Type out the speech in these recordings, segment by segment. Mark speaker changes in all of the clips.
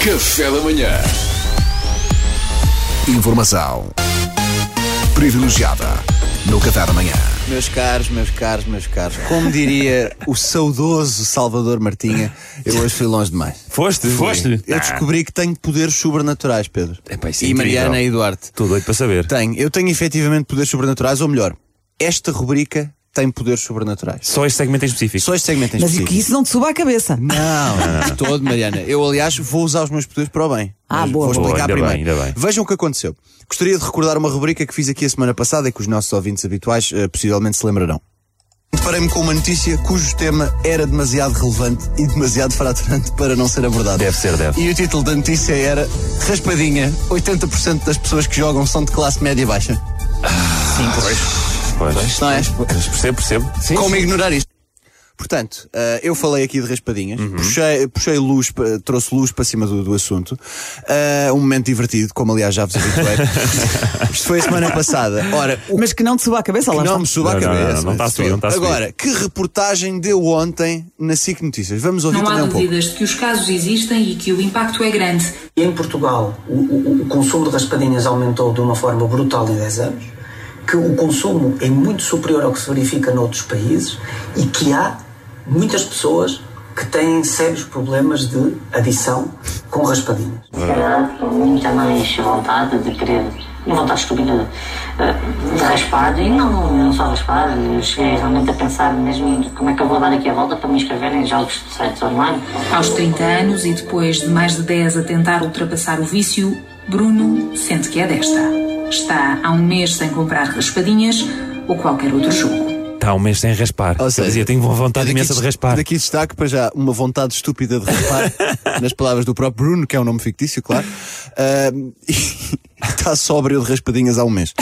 Speaker 1: Café da Manhã. Informação privilegiada no Café da Manhã.
Speaker 2: Meus caros, meus caros, meus caros, como diria o saudoso Salvador Martinha, eu hoje fui longe demais.
Speaker 3: Foste? Foste?
Speaker 2: Eu descobri que tenho poderes sobrenaturais, Pedro.
Speaker 3: Epá, isso é
Speaker 2: e
Speaker 3: incrível.
Speaker 2: Mariana e Duarte.
Speaker 3: Estou doido para saber.
Speaker 2: Tenho, eu tenho efetivamente poderes sobrenaturais, ou melhor, esta rubrica tem poderes sobrenaturais.
Speaker 3: Só este segmento em específico.
Speaker 2: Só este segmento em
Speaker 4: Mas e
Speaker 2: específico.
Speaker 4: que isso não te suba à cabeça.
Speaker 2: Não, não, de todo, Mariana. Eu, aliás, vou usar os meus poderes para o bem.
Speaker 4: Ah,
Speaker 2: Mas
Speaker 4: boa,
Speaker 2: Vou
Speaker 4: boa.
Speaker 2: explicar
Speaker 3: Ainda
Speaker 2: primeiro.
Speaker 3: bem, ainda bem.
Speaker 2: Vejam o que aconteceu. Gostaria de recordar uma rubrica que fiz aqui a semana passada e que os nossos ouvintes habituais eh, possivelmente se lembrarão. Deparei-me com uma notícia cujo tema era demasiado relevante e demasiado fraturante para não ser abordado.
Speaker 3: Deve ser, deve.
Speaker 2: E o título da notícia era Raspadinha, 80% das pessoas que jogam são de classe média e baixa.
Speaker 3: Pois.
Speaker 2: Isto não é?
Speaker 3: Percebo, percebo.
Speaker 2: Como ignorar isto? Portanto, ah, eu falei aqui de raspadinhas, puxei, puxei luz, pa- trouxe luz para cima do, do assunto. Ah, um momento divertido, como aliás já vos habituei. Isto foi a semana passada. Ora, o
Speaker 4: Mas que não te suba à cabeça, lá
Speaker 2: que não
Speaker 4: está.
Speaker 2: me suba a
Speaker 3: Não, não, não,
Speaker 2: cabeça.
Speaker 3: não está a subir, não está a subir.
Speaker 2: Agora, que reportagem deu ontem na SIC Notícias? Vamos ouvir
Speaker 5: Não há
Speaker 2: também um pouco.
Speaker 5: dúvidas de que os casos existem e que o impacto é grande.
Speaker 6: E em Portugal, o, o- o consumo de raspadinhas aumentou de uma forma brutal em 10 anos, que o consumo é muito superior ao que se verifica noutros países e que há muitas pessoas que têm sérios problemas de adição com raspadinhas.
Speaker 7: Sinceramente, tenho muita mais vontade de querer. E vontade estúpida eh, de raspar. E não, não só raspar. Eu cheguei realmente a pensar mesmo de como é que eu vou dar aqui a volta para me inscrever em jogos de sites online.
Speaker 5: Aos 30 anos e depois de mais de 10 a tentar ultrapassar o vício, Bruno sente que é desta. Está há um mês sem comprar raspadinhas ou qualquer outro jogo.
Speaker 3: Está um mês sem raspar.
Speaker 2: Ou
Speaker 3: Eu
Speaker 2: seja,
Speaker 3: dizia, tenho vontade
Speaker 2: daqui
Speaker 3: imensa de
Speaker 2: dest-
Speaker 3: raspar.
Speaker 2: Daqui destaque para já uma vontade estúpida de raspar, nas palavras do próprio Bruno, que é um nome fictício, claro. Ah, e está sóbrio de raspadinhas há um mês.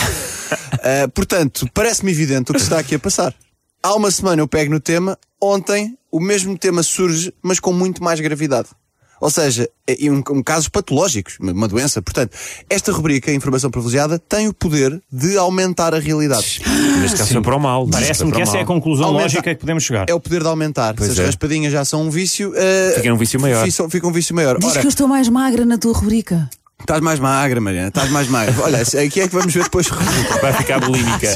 Speaker 2: Ah, portanto, parece-me evidente o que está aqui a passar. Há uma semana eu pego no tema, ontem o mesmo tema surge, mas com muito mais gravidade. Ou seja, em um, um casos patológicos, uma doença. Portanto, esta rubrica, Informação Privilegiada, tem o poder de aumentar a realidade.
Speaker 3: Neste caso foi para o mal.
Speaker 8: Parece-me que essa é a conclusão
Speaker 2: Aumenta-
Speaker 8: lógica que podemos chegar.
Speaker 2: É o poder de aumentar.
Speaker 3: Pois
Speaker 2: Se as
Speaker 3: é.
Speaker 2: raspadinhas já são um vício, eh,
Speaker 3: Fica um vício maior.
Speaker 2: Fica, fica um vício maior.
Speaker 4: Diz
Speaker 2: Ora,
Speaker 4: que eu estou mais magra na tua rubrica.
Speaker 2: estás mais magra, Mariana. Estás mais magra. Olha, aqui é que vamos ver depois.
Speaker 3: Vai ficar bulímica.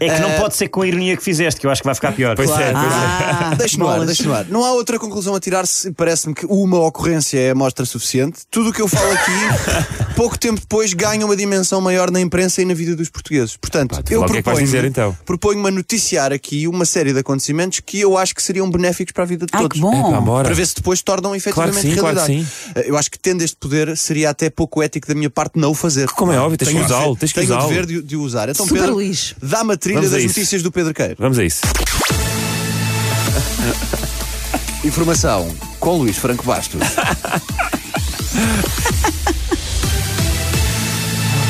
Speaker 8: É que não pode ser com a ironia que fizeste, que eu acho que vai ficar pior.
Speaker 3: Pois é, pois é.
Speaker 4: Ah,
Speaker 2: Deixa no ar, deixa no ar. Não há outra conclusão a tirar se parece-me que uma ocorrência é amostra suficiente. Tudo o que eu falo aqui, pouco tempo depois, ganha uma dimensão maior na imprensa e na vida dos portugueses. Portanto,
Speaker 3: tu
Speaker 2: eu
Speaker 3: lá o que é que vais
Speaker 2: proponho-me
Speaker 3: dizer, então?
Speaker 2: proponho-me a noticiar aqui uma série de acontecimentos que eu acho que seriam benéficos para a vida de
Speaker 4: Ai,
Speaker 2: todos.
Speaker 4: que bom.
Speaker 3: Epá, bora.
Speaker 2: Para ver se depois tornam efetivamente
Speaker 3: sim, claro que
Speaker 2: realidade. Eh, Eu acho que tendo este poder seria até pouco ético da minha parte não o fazer.
Speaker 3: Como é óbvio, tens
Speaker 2: Tenho
Speaker 3: que
Speaker 2: o dever-
Speaker 3: usá-lo, tens que
Speaker 2: tenho
Speaker 3: usá-lo.
Speaker 2: o dever de, de o usar. Então,
Speaker 4: Super
Speaker 2: Pedro,
Speaker 4: lixo.
Speaker 2: dá-me a trilha
Speaker 3: Vamos a
Speaker 2: das
Speaker 3: isso.
Speaker 2: notícias do Pedro Queiro.
Speaker 3: Vamos a isso.
Speaker 2: Informação com Luís Franco Bastos.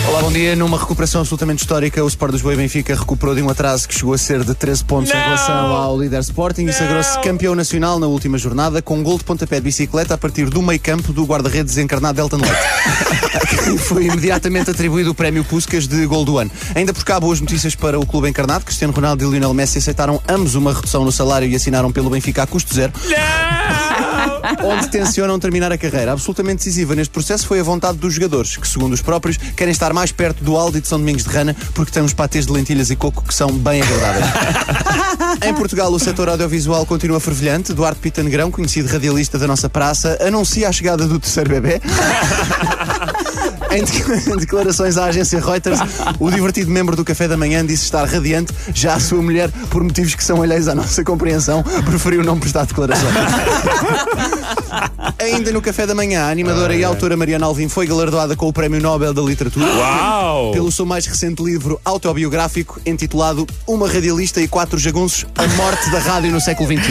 Speaker 2: Olá, bom dia. Numa recuperação absolutamente histórica, o Sport Lisboa e Benfica recuperou de um atraso que chegou a ser de 13 pontos em relação ao líder Sporting e sagrou-se campeão nacional na última jornada com um gol de pontapé de bicicleta a partir do meio campo do guarda-redes desencarnado Elton Leite. Foi imediatamente atribuído o prémio Puscas de gol do ano. Ainda por cá, boas notícias para o clube encarnado. Cristiano Ronaldo e Lionel Messi aceitaram ambos uma redução no salário e assinaram pelo Benfica a custo zero onde tensionam terminar a carreira. Absolutamente decisiva neste processo foi a vontade dos jogadores, que, segundo os próprios, querem estar mais perto do Aldi de São Domingos de Rana, porque tem uns patês de lentilhas e coco que são bem agradáveis. Em Portugal, o setor audiovisual continua fervilhante. Duarte Pita Negrão, conhecido radialista da nossa praça, anuncia a chegada do terceiro bebê. Em de- em declarações à agência Reuters, o divertido membro do Café da Manhã disse estar radiante, já a sua mulher, por motivos que são alheios à nossa compreensão, preferiu não prestar declarações. Ainda no Café da Manhã, a animadora e autora Mariana Alvim foi galardoada com o Prémio Nobel da Literatura
Speaker 3: Uau!
Speaker 2: pelo seu mais recente livro autobiográfico intitulado Uma Radialista e Quatro Jagunços A Morte da Rádio no Século XXI.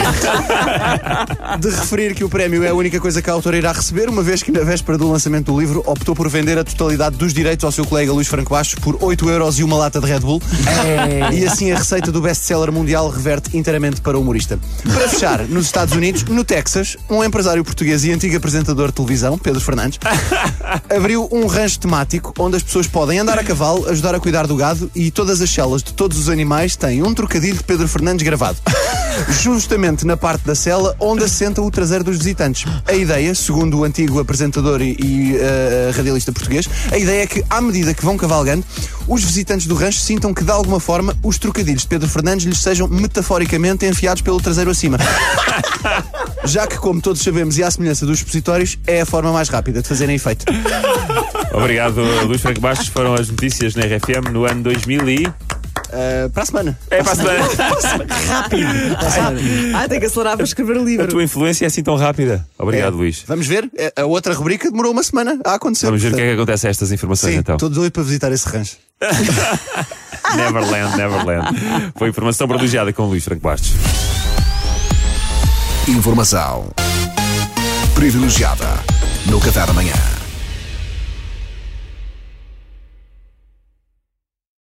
Speaker 2: De referir que o prémio é a única coisa que a autora irá receber, uma vez que na véspera do lançamento do livro optou por vender a totalidade dos direitos ao seu colega Luís Franco Bastos por 8 euros e uma lata de Red Bull. E assim a receita do best-seller mundial reverte inteiramente para o humorista. Para fechar, nos Estados Unidos, no Texas, um empresário português e antigo apresentador de televisão, Pedro Fernandes, abriu um rancho temático onde as pessoas podem andar a cavalo, ajudar a cuidar do gado e todas as celas de todos os animais têm um trocadilho de Pedro Fernandes gravado. justamente na parte da cela onde assenta o traseiro dos visitantes. A ideia, segundo o antigo apresentador e, e, eh, radialista português, a ideia é que, à medida que vão cavalgando, os visitantes do rancho sintam que, de alguma forma, os trocadilhos de Pedro Fernandes lhes sejam metaforicamente enfiados pelo traseiro acima. Já que, como todos sabemos, e à semelhança dos expositórios, é a forma mais rápida de fazerem efeito.
Speaker 3: Obrigado, Luís Franco Bastos. Foram as notícias na RFM no ano 2000 e.
Speaker 2: Eh, para a semana.
Speaker 3: É para a semana.
Speaker 4: Ah, tem que acelerar para escrever o
Speaker 3: A
Speaker 4: livro.
Speaker 3: tua influência é assim tão rápida. Obrigado,
Speaker 2: É.
Speaker 3: Luís.
Speaker 2: Vamos ver. É, A outra rubrica demorou uma semana a acontecer.
Speaker 3: Vamos ver o que é
Speaker 2: portanto.
Speaker 3: que acontece a estas informações
Speaker 2: Sim,
Speaker 3: então.
Speaker 2: estou doido para visitar esse rancho.
Speaker 3: Neverland, Neverland. Foi informação privilegiada com o Luís Franco Bastos.
Speaker 1: Informação privilegiada no Café da Manhã.